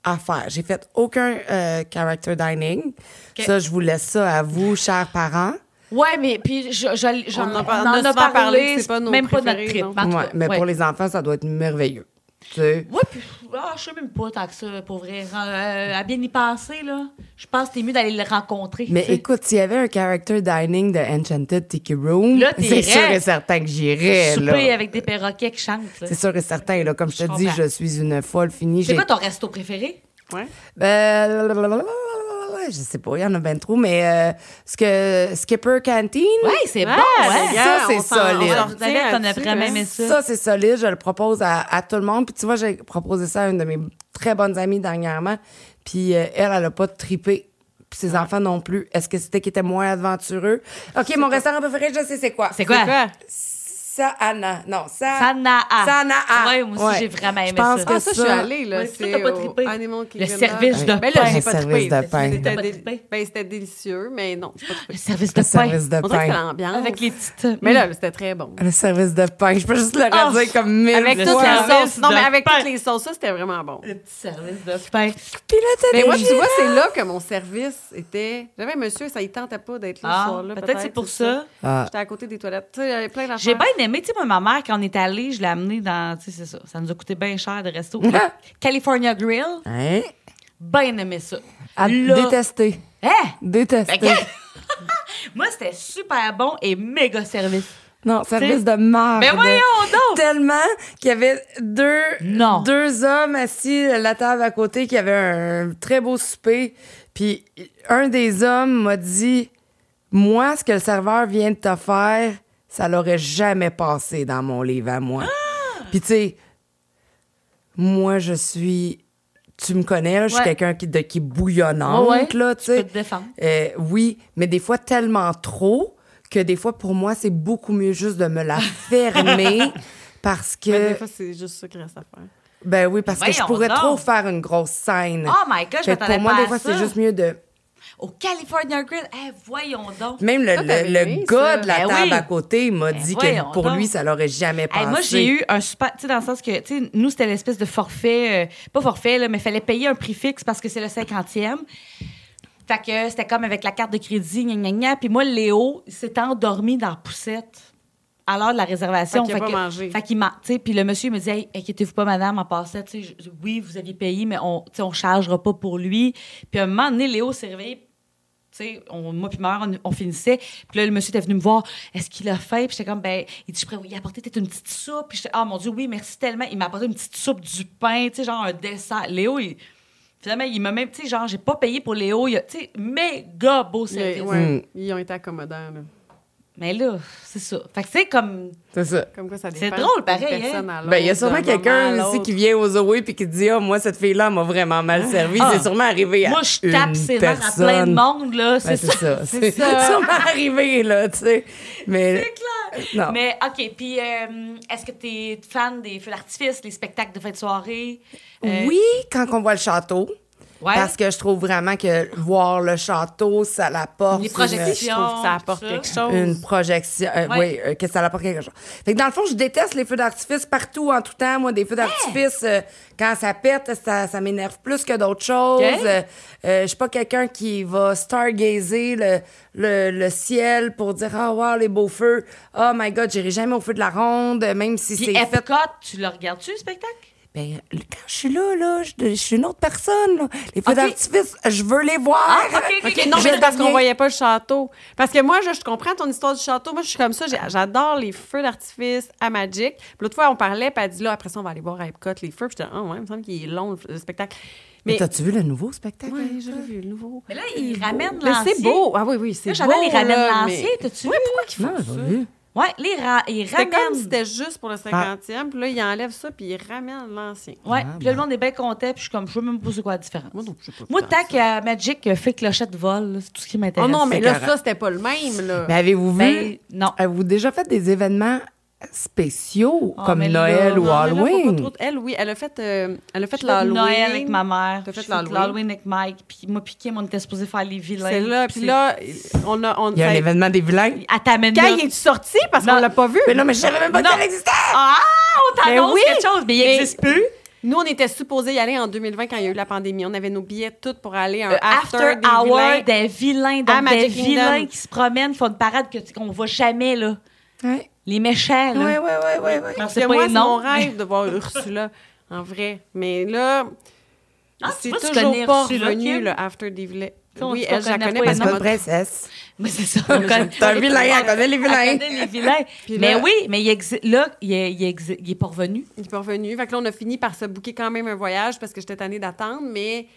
A: à faire. J'ai fait aucun euh, character dining.
B: Ok.
A: Ça, je vous laisse ça à vous, chers parents.
B: Ouais, mais puis je, je- j'en-
C: On en a
B: on
C: par- on
B: en
C: a
B: a
C: souvent
B: parlé,
C: parlé que c'est pas nos
B: même pas notre
C: préférés,
B: trip.
C: non.
B: mais en tout
A: Ouais,
B: cas,
A: mais
B: ouais.
A: pour les enfants, ça doit être merveilleux. Tu sais.
B: Ouais, puis ah, je sais même pas tant que ça, pour vrai. Euh, à bien y penser, là, je pense que t'es mieux d'aller le rencontrer.
A: Mais
B: tu sais.
A: écoute, s'il y avait un character dining de Enchanted Tiki Room,
B: Là,
A: c'est
B: t'irais.
A: sûr et certain que j'irais. là.
B: Souper avec des perroquets qui chantent. là.
A: C'est sûr et certain. Là, comme je te
B: Je
A: dis,
B: comprends.
A: je suis une folle finie.
B: C'est
A: J'ai-
B: quoi ton resto préféré?
C: Ouais.
A: Ben, blablabla, je sais pas, il y en a bien trop, mais euh, ce que Skipper Canteen,
B: Oui, c'est bon,
C: les
B: ouais.
A: ça,
C: gars,
A: c'est
C: on s'en- on
A: solide.
C: s'en
B: Vous savez qu'on a
C: retient
B: vraiment
C: là-dessus,
B: aimé
C: hein.
B: ça.
A: ça c'est solide, je le propose à, à tout le monde. Puis tu vois, j'ai proposé ça à une de mes très bonnes amies dernièrement, puis euh, elle, elle a pas trippé. puis
B: Ah.
A: ses enfants non plus. Est-ce que c'était qu'ils étaient moins aventureux? OK, mon restaurant préféré, je sais c'est quoi.
B: C'est quoi?
C: Quoi?
A: Saana. Non, ça...
B: Sanaa.
A: Sanaa.
B: Ouais, moi aussi,
A: Ouais.
B: j'ai vraiment aimé
A: Je pense
B: ça.
A: que
C: Ah, ça, je suis
A: ça-
C: allée, là.
B: Ouais, puis toi,
C: c'est
B: t'as pas
C: au
B: trippé.
C: Animal
B: Le
C: Kingdom.
B: service de
C: Ben là,
B: pain.
C: j'ai
A: Le
C: pas
A: service
C: trippé.
A: de pain.
C: C'était
B: T'as pas
C: dé-
B: trippé?
C: Ben, c'était délicieux, mais non, j'ai pas
B: Le
C: trippé.
B: service de
A: Le
B: pain.
A: service de
C: On dirait que c'est
A: pain.
C: l'ambiance.
B: Avec les petites...
C: Mais là, c'était très bon.
A: Le service de pain. Je peux juste le
B: Oh!
A: redire comme mille
C: Avec
B: le
C: toutes les
A: fois.
B: service
C: sauces. Non,
B: de
C: mais avec
B: pain.
C: toutes les sauces, ça, c'était vraiment bon.
B: Le petit service de pain.
A: Puis là, t'as
C: Mais
A: des
C: moi, tu
A: gilets.
C: vois, c'est là que mon service était. J'avais un monsieur, ça ne tentait pas d'être là ce
B: Ah,
C: soir-là.
B: peut-être c'est pour ça.
A: Ah.
C: J'étais à côté des toilettes. Tu sais, il y avait plein d'affaires.
B: J'ai bien aimé, tu sais, moi, ma mère, quand on est allé, je l'ai amenée dans, tu sais, c'est ça, ça nous a coûté bien cher de resto. California Grill,
A: Hein?
B: bien aimé ça.
A: À
B: Là-
A: détester.
B: Hein?
A: Détester.
B: Fait Moi, c'était super bon et méga service.
A: Non, service
B: T'sais-
A: de marde.
B: Mais voyons donc!
A: Tellement qu'il y avait deux,
B: Non.
A: deux hommes assis à la table à côté qui avaient un très beau souper. Puis un des hommes m'a dit Moi, ce que le serveur vient de te faire, ça l'aurait jamais passé dans mon livre à moi.
B: Ah!
A: Puis tu sais, moi, je suis. Tu me connais, là, je suis
B: Ouais.
A: quelqu'un qui, de qui bouillonnante,
B: Ouais, ouais.
A: là, tu
B: Tu peux
A: sais.
B: te défendre.
A: Euh, oui, mais des fois tellement trop que des fois pour moi c'est beaucoup mieux juste de me la fermer parce
C: Mais des
A: que
C: fois, c'est juste ça qu'il reste à faire.
A: ben oui parce que je
B: Voyons
A: pourrais
B: donc.
A: trop faire une grosse scène.
B: Oh my God, je
A: Fait que
B: m'attendais
A: pour moi
B: pas
A: des
B: à
A: fois
B: ça.
A: c'est juste mieux de
B: Au California Grill, eh, voyons donc!
A: même le,
C: Ça,
A: le-
C: t'avais
A: le
C: aimé,
A: gars
C: ça.
A: de la
B: Ben
A: table
B: oui.
A: à côté m'a
B: Ben
A: dit
B: voyons
A: que pour
B: donc.
A: lui ça l'aurait jamais
B: Hey,
A: passé.
B: moi, j'ai eu un super. Tu sais, dans le sens que, tu sais, nous, c'était l'espèce de forfait, euh, pas forfait, là, mais fallait payer un prix fixe parce que c'est le 50e. Fait que c'était comme avec la carte de crédit, gna gna gna. Puis moi, Léo, il s'est endormi dans la poussette à l'heure de la réservation.
C: Fait qu'il a pas mangé.
B: Fait qu'il man- tu sais, Puis le monsieur me dit, Hey, inquiétez-vous pas, madame, en passant, tu sais, je- oui, vous aviez payé, mais on, tu sais, on chargera pas pour lui. Puis à un moment donné, Léo s'est réveillé tu sais, on, moi puis ma mère, on, on finissait. Puis là, le monsieur était venu me voir, est-ce qu'il a faim? Puis j'étais comme, ben, il dit, je pourrais y apporter peut-être une petite soupe. Puis j'étais, ah mon Dieu, oui, merci tellement. Il m'a apporté une petite soupe, du pain, tu sais, genre un dessert. Léo, il- finalement, il m'a même, tu sais, genre, j'ai pas payé pour Léo. Il a, tu sais, méga beau
C: Il y a-
B: service. Mm.
C: ouais, Ils ont été accommodants. là.
B: Mais là, c'est ça. Fait que, tu sais, comme,
A: c'est ça.
C: Comme quoi, ça
B: C'est
C: dépend.
B: drôle,
C: d'une
B: pareil, hein?
C: personne à
A: Ben, il y a
C: l'autre,
A: sûrement
C: d'un moment
A: quelqu'un
C: à
A: aussi
C: l'autre.
A: qui vient aux Zoé puis qui dit Ah, moi, cette fille-là elle m'a vraiment mal servi.
B: Ah.
A: C'est sûrement arrivé à
B: moi, je tape
A: une
B: ses nerfs à plein de
A: personne.
B: monde, là.
A: Ouais,
B: C'est
A: c'est
B: ça.
A: ça.
B: C'est
A: C'est
B: ça.
A: sûrement arrivé, là, tu sais. Mais.
B: C'est clair.
A: Non.
B: Mais, OK, puis euh, est-ce que t'es fan des feux d'artifice, les spectacles de fin de soirée? Euh,
A: Oui, quand on voit le château.
B: Ouais.
A: Parce que je trouve vraiment que voir le château, ça l'apporte.
B: Les
A: une-
B: projections.
C: Je trouve que ça apporte
B: Ça.
C: quelque chose.
A: Une projection. euh,
B: Ouais.
A: Oui, euh, que ça apporte quelque chose. Fait que dans le fond, je déteste les feux d'artifice partout, en tout temps. Moi, des feux d'artifice, euh, quand ça pète, ça, ça m'énerve plus que d'autres choses.
B: Ok.
A: Euh, euh, je suis pas quelqu'un qui va stargazer le, le, le ciel pour dire Ah, wow, les beaux feux. Oh my God, j'irai jamais au feu de la ronde, même si
B: Puis
A: c'est fait
B: Epcot, tu le regardes-tu, le spectacle?
A: Ben, le- quand je suis là, là, je, je suis une autre personne. là. Les feux
B: Ok.
A: d'artifice, je veux les voir.
B: Ah, ok, ok, ok.
A: Je
C: Non, mais c'est parce qu'on
A: deviens-
C: voyait pas le château. Parce que moi, je, je comprends ton histoire du château. Moi, je suis comme ça. J'ai- J'adore les feux d'artifice à Magic. Puis l'autre fois, on parlait, puis elle dit là, après ça, on va aller voir à Epcot les feux. Puis j'étais, ah ouais, il me semble qu'il est long, le- le spectacle.
A: Mais
C: Mais.
A: t'as-tu vu le nouveau spectacle?
C: Ouais, j'ai vu le nouveau.
B: Mais là, ils ramènent
C: Là,
B: l'ancien.
C: c'est beau. Ah oui, oui, c'est
B: Là,
C: beau.
B: j'avais les ramènent
C: là, mais-
B: l'ancien, t'as-tu
C: Ouais,
B: vu?
C: pourquoi qu'ils font
A: Non, j'ai
C: ça?
A: vu.
B: Ouais, les ra- ils
C: C'était comme si
B: ramènent.
C: c'était juste pour le 50e, puis là, ils enlèvent ça, puis ils ramènent l'ancien.
B: Ouais, puis là, le monde est bien content, puis je suis comme, je veux même pas c'est quoi la différence.
C: Moi non plus, je sais pas.
B: Moi, tant que Magic euh, fait clochette vole, là, c'est tout ce qui
C: Oh
B: m'intéresse.
C: non, mais
A: c'est
C: là,
A: correct.
C: ça, c'était pas le même, là.
A: Mais avez-vous
B: Ben,
A: vu?
B: non.
A: Avez-vous déjà fait des événements spéciaux
B: Ah,
A: comme
B: mais là,
A: Noël
B: non,
A: ou
B: mais là,
C: Mais là, faut pas
A: Halloween?
C: trop- Elle, oui, elle a fait, euh, elle a fait
B: J'ai fait
C: l'Halloween.
B: Noël avec ma mère.
C: T'as
B: J'ai
C: fait
B: fait
C: l'Halloween.
B: l'Halloween avec Mike. Puis moi, puis Kim, on était supposés faire les vilains.
C: C'est là, puis là, on a... On,
A: Il y a un
C: ça-
A: événement des vilains?
B: À ta
C: Quand il est sorti, parce qu'on
B: Non.
C: l'a pas vu.
A: Mais non, mais je savais même pas
B: Non.
A: qu'elle existait!
B: Ah, on t'annonce
C: Ben oui.
B: quelque chose, mais il
C: Mais-
B: n'existe plus.
C: Nous, on était supposés y aller en 2020 quand il y a eu la pandémie. On avait nos billets tous pour aller à un
B: Le
C: Euh, after,
B: Euh, after,
C: des
B: hour
C: vilains.
B: des vilains, donc
C: À Magic
B: des
C: Kingdom.
B: vilains qui se promènent, font une parade que tu- qu'on voit jamais là.
A: Ouais.
B: Les méchants là.
A: Ouais, ouais, ouais, ouais, ouais.
B: Non,
C: Parce
B: c'est
C: que
B: pas
C: moi,
B: les
C: c'est
B: noms,
C: mon
B: mais-
C: rêve de voir Ursula, en vrai. Mais là,
B: Ah,
C: c'est
B: toi, tu
C: toujours
B: connais
C: pas
B: Ursula,
C: revenu,
B: Kim?
C: le after des vilains.
B: Tu sais, on
C: Oui,
B: dit qu'on
C: elle, je la
B: connaît
C: connais
B: pas
A: Mais
C: parce
A: c'est
B: les
A: pas une
C: que...
A: princesse.
B: Mais c'est ça. on connaît-
A: C'est un vilain, elle connaît les vilains.
B: Elle connaît les vilains.
C: Puis
B: mais
C: là-
B: oui, mais il exi- là, il est, il exi- il est pas revenu.
C: Il est pas revenu. Fait que là, on a fini par se booker quand même un voyage parce que j'étais tannée d'attendre, mais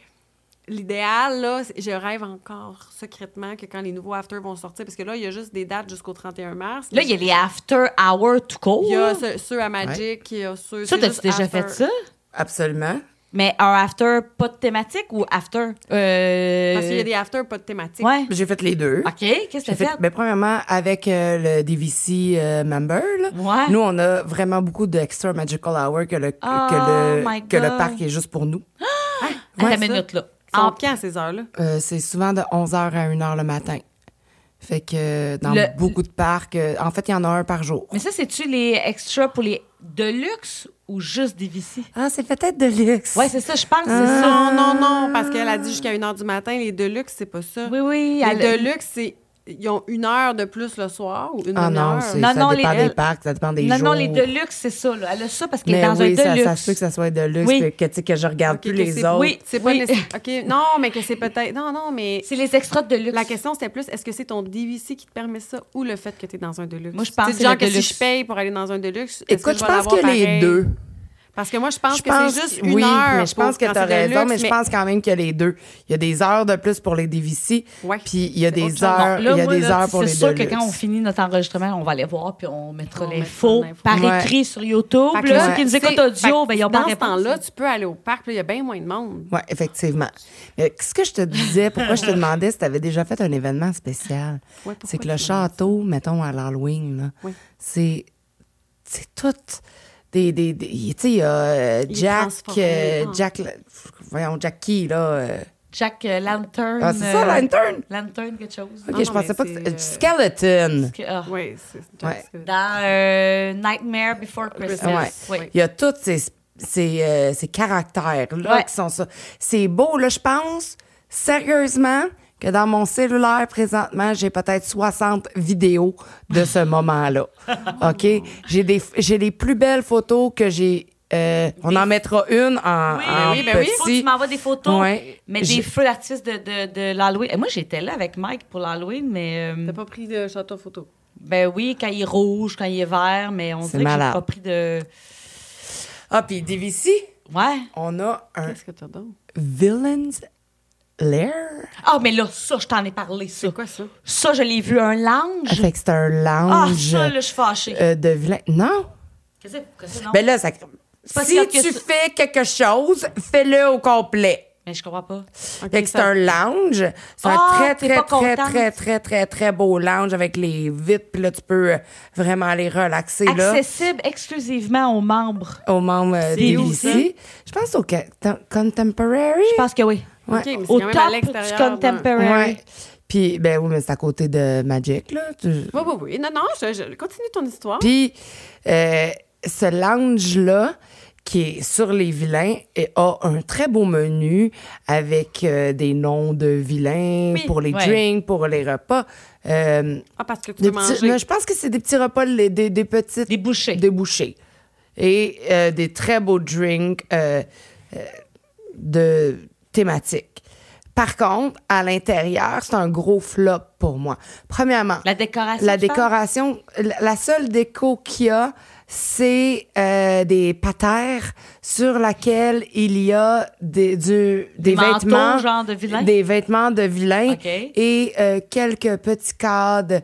C: l'idéal, là, c'est- je rêve encore secrètement que quand les nouveaux After vont sortir, parce que là, il y a juste des dates jusqu'au 31 mars.
B: Là, il y a les after hours tout court.
C: Il y a ce- ceux à Magic, il y a ceux...
B: Ça,
C: c'est
B: t'as-tu
C: juste
B: déjà
C: after.
B: fait ça?
A: Absolument.
B: Mais un after pas de thématique ou after? Euh...
C: Parce qu'il y a des after, pas de thématique.
B: Ouais.
A: J'ai fait les deux.
B: OK, qu'est-ce que
A: J'ai
B: t'as fait?
A: fait, ben, premièrement, avec euh, le DVC euh, member, là,
B: Ouais.
A: nous, on a vraiment beaucoup d'extra magical hour que le,
B: Oh
A: que,
B: my
A: le, que le
B: God.
A: parc est juste pour nous.
B: Attends
A: Ouais,
B: une
A: ça.
B: minute, là.
C: Ils sont
B: En-
C: quand à ces heures-là?
A: Euh, c'est souvent de 11h à 1h le matin. Fait que euh, dans
B: Le-
A: beaucoup de parcs, euh, en fait, il y en a un par jour.
B: Mais ça, c'est-tu les extras pour les de luxe ou juste des VC?
A: Ah, c'est peut-être de luxe.
B: Ouais, c'est ça, je pense, c'est ça.
C: Non, non, non, parce qu'elle a dit jusqu'à 1h du matin, les Deluxe, c'est pas ça.
B: Oui, oui. elle-
C: Les Deluxe, c'est. Ils ont une heure de plus le soir ou une
A: ah non,
C: heure?
A: c'est-
B: Non,
A: ça
B: non,
A: dépend
B: les-
A: des parcs, ça dépend des
B: non,
A: jours.
B: non, les deluxe, c'est ça. Là. Elle a ça parce qu'elle est
A: Mais
B: dans
A: oui,
B: un
A: ça,
B: deluxe.
A: ça se peut que ça soit de luxe,
B: Oui.
A: que, que, tu sais, que je regarde
C: Ok,
A: plus
C: que
A: les
C: c'est-
A: autres.
B: oui.
C: C'est pas
B: Oui.
C: nécessaire- OK, non, mais que c'est peut-être. Non, non, mais.
B: C'est les extras de deluxe.
C: La question, c'était plus est-ce que c'est ton DVC qui te permet ça ou le fait que tu es dans un Deluxe?
B: Moi, je pense
C: C'est
B: que c'est
C: genre
B: le
C: que si
B: Deluxe.
C: je paye pour aller dans un Deluxe. est-ce
A: Écoute,
C: que
A: je
C: vais
A: pense
C: l'avoir
A: que les
C: pareil?
A: deux.
C: Parce que moi, je pense, que c'est juste une
A: oui,
C: heure.
A: mais je pense
C: pour-
A: que
C: quand
A: tu as
C: c'est de
A: raison,
C: luxe,
A: mais je pense quand même qu'il y a les deux. Il y a des heures de plus pour les DVC,
C: Ouais.
A: puis il y a
C: C'est autre
A: des
C: chose.
A: heures,
B: Non, là,
A: il y a
B: moi,
A: des
B: là,
A: heures pour les
B: C'est sûr
A: deluxe.
B: que quand on finit notre enregistrement, on va aller voir puis on mettra
C: On
B: l'info
C: mettra l'info.
B: par
A: Ouais.
B: écrit sur YouTube.
C: Fait que
B: là,
A: ouais.
B: Ceux qui nous
C: Tu sais,
B: écoutent audio,
C: fait
B: ben,
C: que
B: ils ont pas
C: Dans
B: de
C: ce
B: réponse.
C: temps-là, tu peux aller au parc, puis il y a bien moins de monde.
A: Oui, effectivement. Mais ce que je te disais, pourquoi je te demandais si tu avais déjà fait un événement spécial,
C: Ouais, pourquoi
A: c'est que
C: tu
A: le
C: me
A: château, mettons, à l'Halloween, là,
C: Oui.
A: c'est, c'est tout. Des, des, des- tu sais, il y a euh,
C: Il est
A: Jack,
C: transformé,
A: euh,
C: ah.
A: Jack, le- voyons, Jack qui, là. euh,
B: Jack euh, Lantern.
A: Ah, c'est ça, Lantern? Ah.
B: Lantern, quelque chose.
A: OK,
C: euh, Ah non,
A: je pensais
C: mais
A: pas que c'était-
C: c'est, euh,
A: Skeleton.
B: Que- ah.
C: Oui, c'est
A: Ouais.
C: c'est-
B: Dans euh, Nightmare Before Christmas.
C: Ouais.
B: Oui.
A: Il y a tous ces, ces, euh, ces caractères-là
B: Ouais.
A: qui sont ça. C'est beau, là, je pense, sérieusement, que dans mon cellulaire, présentement, j'ai peut-être 60 vidéos de ce moment-là. OK? J'ai des, j'ai les plus belles photos que j'ai. euh, on en mettra une en,
B: Oui,
A: en
B: oui,
C: ben oui.
A: petit.
B: Faut que tu m'envoies des photos.
A: Ouais.
B: Mais
A: J'ai-
B: des feux d'artifice de, de, de l'Halloween. Et Moi, j'étais là avec Mike pour l'Halloween, mais. euh,
C: T'as pas pris de château photo.
B: Ben oui, quand il est rouge, quand il est vert, mais on
A: C'est
B: dirait que j'ai
A: malade.
B: pas pris de.
A: Ah, puis DVC,
B: Ouais.
A: on a un
C: Qu'est-ce que t'as donc?
A: Villains Lair.
B: Ah, mais là, ça, je t'en ai parlé, ça.
C: C'est quoi ça?
B: Ça, je l'ai vu, un
A: Ça
B: linge.
A: Fait que c'est un
B: Ah,
A: lounge
B: ça, là, je suis fâchée.
A: euh, de vilain. Non!
B: Qu'est-ce que qu'est-ce que non?
A: Ben là, ça...
B: pas
A: si
B: clair que
A: tu
B: ça-
A: fais quelque chose, fais-le au complet.
B: Mais je comprends pas.
A: Fait que c'est
C: ça-
A: un lounge. C'est un
B: Ah,
A: très,
B: t'es
A: très,
B: pas
A: très,
B: contente.
A: très, très, très, très beau lounge avec les vitres. Puis là, tu peux euh, vraiment aller relaxer là,
B: Accessible exclusivement aux membres.
A: aux membres euh,
C: C'est où,
A: DVC. Je pense au ca- ton- Contemporary.
B: Je pense que oui.
A: Ouais.
C: OK, mais c'est
B: Au
C: quand même à
B: top du
C: l'extérieur. d'un-
B: contemporary.
A: Ouais. Puis, ben oui, mais c'est à côté de Magic, là. Tu-
C: Oui, oui, oui. Non, non, je, je- continue ton histoire.
A: Puis, euh, ce lounge-là, qui est sur les vilains, et a un très beau menu avec euh, des noms de vilains
C: Oui,
A: pour les
B: ouais.
A: drinks, pour les repas. Euh,
C: ah, parce que tu
A: des
C: veux
A: petits-
C: manger.
A: non, je pense que c'est des petits repas, les- des, des petites
B: Des bouchées.
A: débouchées. Et euh, des très beaux drinks euh, euh, de thématiques. Par contre, à l'intérieur, c'est un gros flop pour moi. Premièrement,
B: La décoration.
A: la
B: je pense.
A: décoration, la la seule déco qu'il y a, c'est euh, des patères sur laquelle il y a des, du- des,
B: manteaux,
A: vêtements.
B: genre de vilain?
A: Des vêtements de vilain.
B: OK.
A: Et euh, quelques petits cadres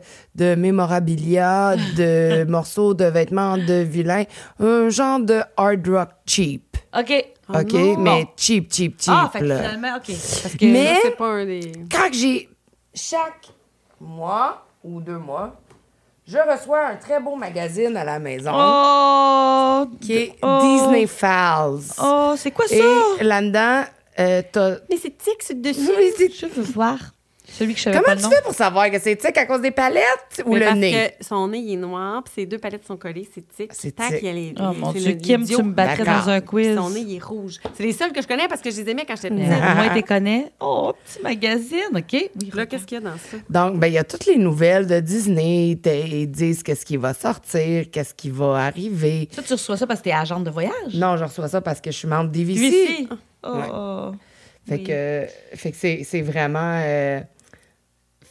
A: de mémorabilia, de morceaux de vêtements de vilain. Un genre de hard rock cheap.
B: OK.
A: OK?
C: Oh non.
A: Mais cheap, cheap, cheap.
B: Oh ah, fait que
A: là.
B: finalement, OK. Parce que
A: Mais-
C: Là, c'est pas un des.
A: Quand que j'ai chaque mois ou deux mois, je reçois un très beau magazine à la maison
B: Oh!
A: qui est
B: oh.
A: Disney Files.
B: Oh, c'est quoi ça?
A: Et là-dedans, euh, t'as.
C: Mais c'est tic, c'est dessus.
A: Oui, c'est-
B: Je veux voir. Celui que je savais pas
A: Comment
B: le
A: tu
B: nom.
A: fais pour savoir que c'est tic à cause des palettes ou
C: Mais
A: le
C: parce
A: nez?
C: que son nez, il est noir, puis ses deux palettes sont collées, c'est tic.
A: C'est
C: tac,
A: tic.
C: il y a les.
B: Oh mon
C: c'est
B: Dieu,
C: le-
B: Kim, tu
C: l'idiot.
B: me battrais
A: D'accord.
B: dans un
C: Puis
B: quiz.
C: Son nez, il est rouge. C'est les seuls que je connais parce que je les aimais quand j'étais
B: Mais
C: petite.
B: Au moins, t'es connais. Oh, petit magazine, OK. Ah. Oui,
C: Là, qu'est-ce qu'il y a dans ça?
A: Donc, ben, il y a toutes les nouvelles de Disney. t'es- Ils disent qu'est-ce qui va sortir, qu'est-ce qui va arriver.
B: Ça, tu reçois ça parce que t'es agente de voyage?
A: Non, je reçois ça parce que je suis membre d'IVC.
B: Lui, si.
A: Ouais.
B: Oh.
A: Fait
B: Oui.
A: que, fait que c'est, c'est vraiment. euh,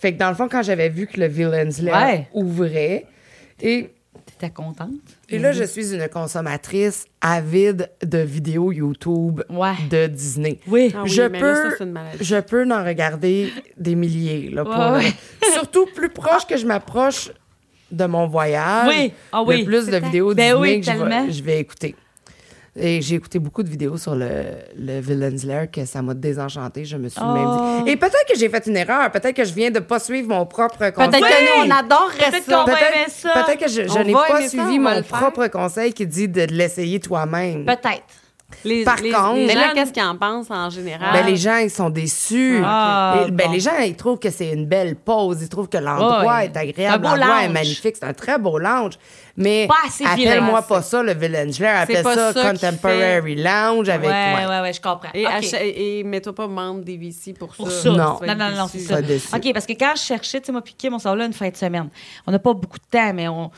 A: Fait que dans le fond, quand j'avais vu que le Villains Lair
B: Ouais.
A: ouvrait, et,
B: T'étais contente?
A: et là, je suis une consommatrice avide de vidéos YouTube
B: Ouais.
A: de Disney.
B: Oui.
C: Ah oui,
A: je,
C: mais là, ça,
A: peux,
C: c'est une maladie.
A: je peux en regarder des milliers. Là, pour
B: Ouais,
A: Surtout plus proche que je m'approche de mon voyage,
B: Oui. Ah
A: le
B: oui.
A: plus
B: C'est ça.
A: de vidéos
B: Ben
A: Disney
B: oui,
A: que je vais-
B: tellement.
A: je vais écouter. Et j'ai écouté beaucoup de vidéos sur le, le Villain's Lair que ça m'a désenchantée. Je me suis
B: Oh.
A: même dit. Et peut-être que j'ai fait une erreur. Peut-être que je viens de pas suivre mon propre conseil.
B: Peut-être que nous, on
C: adorerait
B: Peut-être qu'on va aimer ça.
A: Peut-être que je, je
C: On
A: n'ai
C: va
A: pas
C: aimer ça,
A: suivi
C: on va
A: mon
C: le faire.
A: propre conseil qui dit de l'essayer toi-même.
B: Peut-être.
C: Les,
A: Par
C: les-
A: contre-
C: les
A: Mais
C: gens,
A: là,
C: qu'est-ce qu'ils en pensent en général?
A: Ben, les gens, ils sont déçus.
B: Ah,
A: Et- ben,
B: bon.
A: Les gens, ils trouvent que c'est une belle pause. Ils trouvent que l'endroit
B: Ouais.
A: est agréable.
B: Un beau
A: L'endroit est
B: lounge.
A: magnifique. C'est un très beau lounge. Mais
B: Pas assez
A: appelle-moi
B: vilain,
A: pas ça le Village Lair.
C: C'est
A: Appelle
C: pas
A: ça,
C: ça qui
A: Contemporary Lounge avec
B: ouais,
A: ouais.
B: ouais, ouais, je comprends.
C: Et,
B: OK.
C: ach- et, et mets-toi pas membre des VC pour ça.
B: Pour ça.
A: Euh, Non.
C: Tu vas
B: non,
C: être
B: non, non,
C: déçu.
B: c'est ça.
A: Pas déçu.
B: OK, parce que quand je cherchais, tu sais, moi, puis Kim, on sort là une fin de semaine. On n'a pas beaucoup de temps, mais on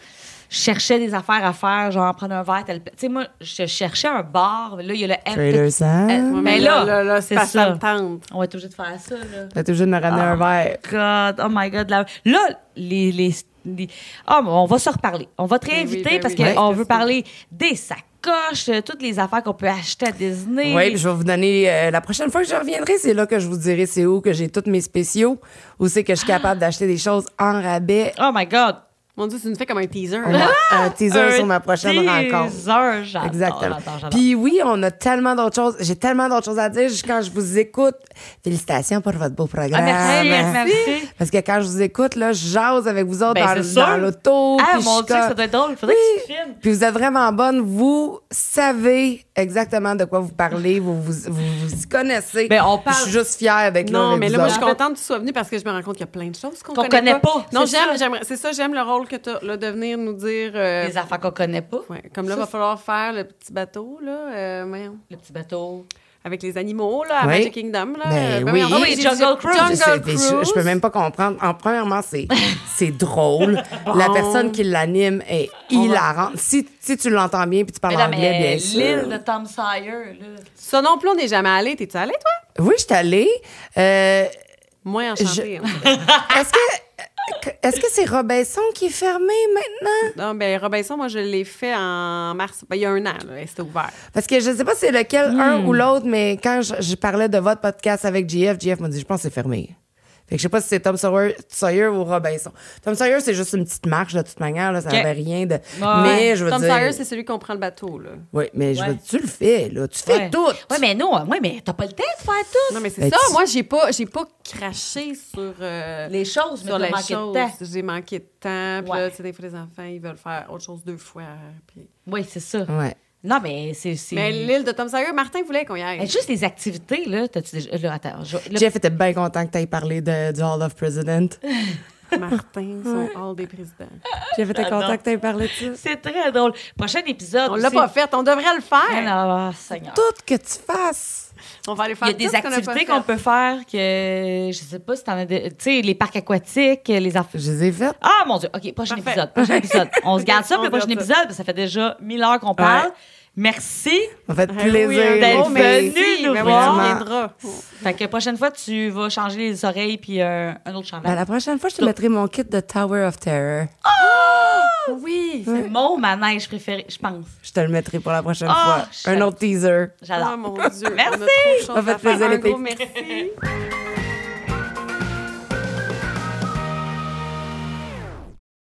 B: cherchait des affaires à faire, genre prendre un verre, tel- Tu sais, moi, je cherchais un bar, mais là, il y a le M-
A: Trailers, hein?
B: Euh,
A: Ouais,
C: Ouais,
B: mais là,
C: là, là, c'est
B: c'est
C: pas ça.
B: ça.
C: me tente.
B: On va être obligé de faire ça, là.
A: T'as toujours de me ramener
B: Ah.
A: un verre.
B: God, oh my God. Là, là, les. les, les- Ah, mais on va se reparler. On va te
C: Ben oui,
B: réinviter
C: ben
B: parce
C: oui. Ouais.
B: qu'on veut parler des sacoches, euh, toutes les affaires qu'on peut acheter à Disney.
A: Oui, puis je vais vous donner. euh, la prochaine fois que je reviendrai, c'est là que je vous dirai c'est où que j'ai tous mes spéciaux, où c'est que je suis
B: Ah.
A: capable d'acheter des choses en rabais.
B: Oh my God.
C: Mon Dieu, tu nous fais comme un teaser.
A: On a un teaser
B: Un
A: sur ma prochaine rencontre.
B: teaser, j'adore,
A: Exactement.
B: j'adore, j'adore.
A: Puis oui, on a tellement d'autres choses. J'ai tellement d'autres choses à dire Juste quand je vous écoute. Félicitations pour votre beau programme.
B: Ah, merci, merci.
A: Parce que quand je vous écoute, là, je jase avec vous autres
B: Ben,
A: dans-
B: c'est sûr.
A: dans l'auto.
B: Ah,
A: puis je
B: mon
A: suis
B: Dieu,
A: comme-
B: ça doit être drôle. Faudrait que tu te filmes.
A: Puis vous êtes vraiment bonne. Vous savez exactement de quoi vous parlez. Vous vous, vous, vous y connaissez.
B: Ben, on parle-
A: Je suis juste fière avec
C: Non,
A: là,
C: mais
A: avec
C: là,
A: vous
C: moi, je suis
A: autres.
C: contente que tu sois venue parce que je me rends compte qu'il y a plein de choses qu'on
B: Qu'on connaît pas,
C: Non,
B: c'est ça.
C: j'aime, j'aimerais- c'est ça, j'aime le rôle que tu as, là, de venir nous dire. euh,
B: Des affaires qu'on connaît pas.
C: ouais, comme là,
B: Ça,
C: va falloir faire le petit bateau, là, euh, voyons,
B: Le petit bateau.
C: avec les animaux, là, à
A: Oui.
C: Magic Kingdom, là.
A: Ben
C: euh,
A: oui.
C: voyons,
A: Ah
B: oui, Jungle Cruise.
A: Je,
C: Jungle
A: sais- mais je- je peux
C: Cruise.
A: même pas comprendre. En premièrement, c'est c'est drôle. La personne qui l'anime est hilarante. Si, si tu l'entends bien puis tu parles
B: Mais là,
A: anglais,
B: mais
A: bien sûr.
B: euh, l'île de Tom Sawyer, là.
C: Ça non plus, on n'est jamais allé. T'es-tu allé, toi?
A: Oui, je suis allée. Euh,
C: Moins enchantée. hein.
A: est-ce que est-ce que c'est Robinson qui est fermé maintenant?
C: Non, ben Robinson, moi, je l'ai fait en mars. Ben, il y a un an, là, c'était ouvert.
A: Parce que je sais pas c'est lequel,
B: Hmm.
A: un ou l'autre, mais quand je, je parlais de votre podcast avec GF, GF m'a dit, je pense que c'est fermé. Fait que je sais pas si c'est Tom Sawyer, Sawyer ou Robinson. Tom Sawyer, c'est juste une petite marche, de toute manière, là, ça
B: Ok.
A: n'avait rien de...
B: Ouais.
A: Mais je veux
C: Tom
A: dire...
C: Sawyer, c'est celui qu'on prend le bateau, là.
A: Oui, mais je
B: Ouais.
A: veux dire, tu le fais, là. Tu fais
B: Ouais.
A: tout.
B: Ouais, mais non, ouais, mais t'as pas le temps de faire tout.
C: Non, mais c'est
A: Ben,
C: ça.
A: tu-
C: Moi, j'ai pas, j'ai pas craché sur, euh,
B: Les choses, mais
C: sur
B: t'as
C: les
B: manqué de temps.
C: choses. J'ai manqué de temps. Puis
B: Ouais.
C: là, tu sais, des fois, les enfants, ils veulent faire autre chose deux fois. hein, puis-
B: Oui, c'est ça.
A: Ouais.
B: Non, mais c'est. c'est-
C: Mais l'île de Tom Sawyer, Martin voulait qu'on y
B: Mais
C: aille.
B: juste les activités, là, t'as-tu déjà. Là, attends, je- là-
A: Jeff était bien content que tu aies parlé de, du Hall of President.
C: Martin, son hall des présidents.
B: Ah,
A: Jeff était content que tu aies parlé de ça.
B: C'est très drôle. Prochain épisode.
C: On l'a
B: aussi.
C: pas fait. On devrait le
B: Ah,
C: faire.
B: non, ah, Seigneur.
A: Tout que tu fasses.
C: On va aller faire
B: Il y a des
C: tout ce qu'on a pas
B: activités
C: fait.
B: qu'on peut faire que. Je sais pas si t'en as. de- Tu sais, les parcs aquatiques, les affaires.
A: Je les ai faites.
B: Ah mon Dieu, OK, prochain
C: Parfait.
B: épisode. Prochain épisode. On se garde ça pour
C: On
B: le prochain
C: garde ça.
B: épisode, parce que ça fait déjà mille heures qu'on parle.
A: Ouais.
B: Merci.
A: Ça fait
C: Ah oui,
A: plaisir. Oh,
C: un
A: les
B: hein, d'être
C: gros merci.
A: filles.
B: venue nous
C: Ben oui,
B: voir.
C: on reviendra.
B: Fait que prochaine fois, tu vas changer les oreilles puis euh, un autre chandail.
A: Ben, la prochaine fois, je te mettrai mon kit de Tower of Terror.
C: Ah Oui.
B: Ah! C'est mon manège préféré, je pense.
A: Je te le mettrai pour la prochaine
B: Ah,
A: fois. Un
B: je-
A: autre teaser.
B: J'adore.
C: Ah, mon Dieu.
B: Merci.
C: On a trop de choses
A: Ça fait
C: à faire.
A: plaisir,
C: Un
A: les
C: gros
A: filles.
C: merci.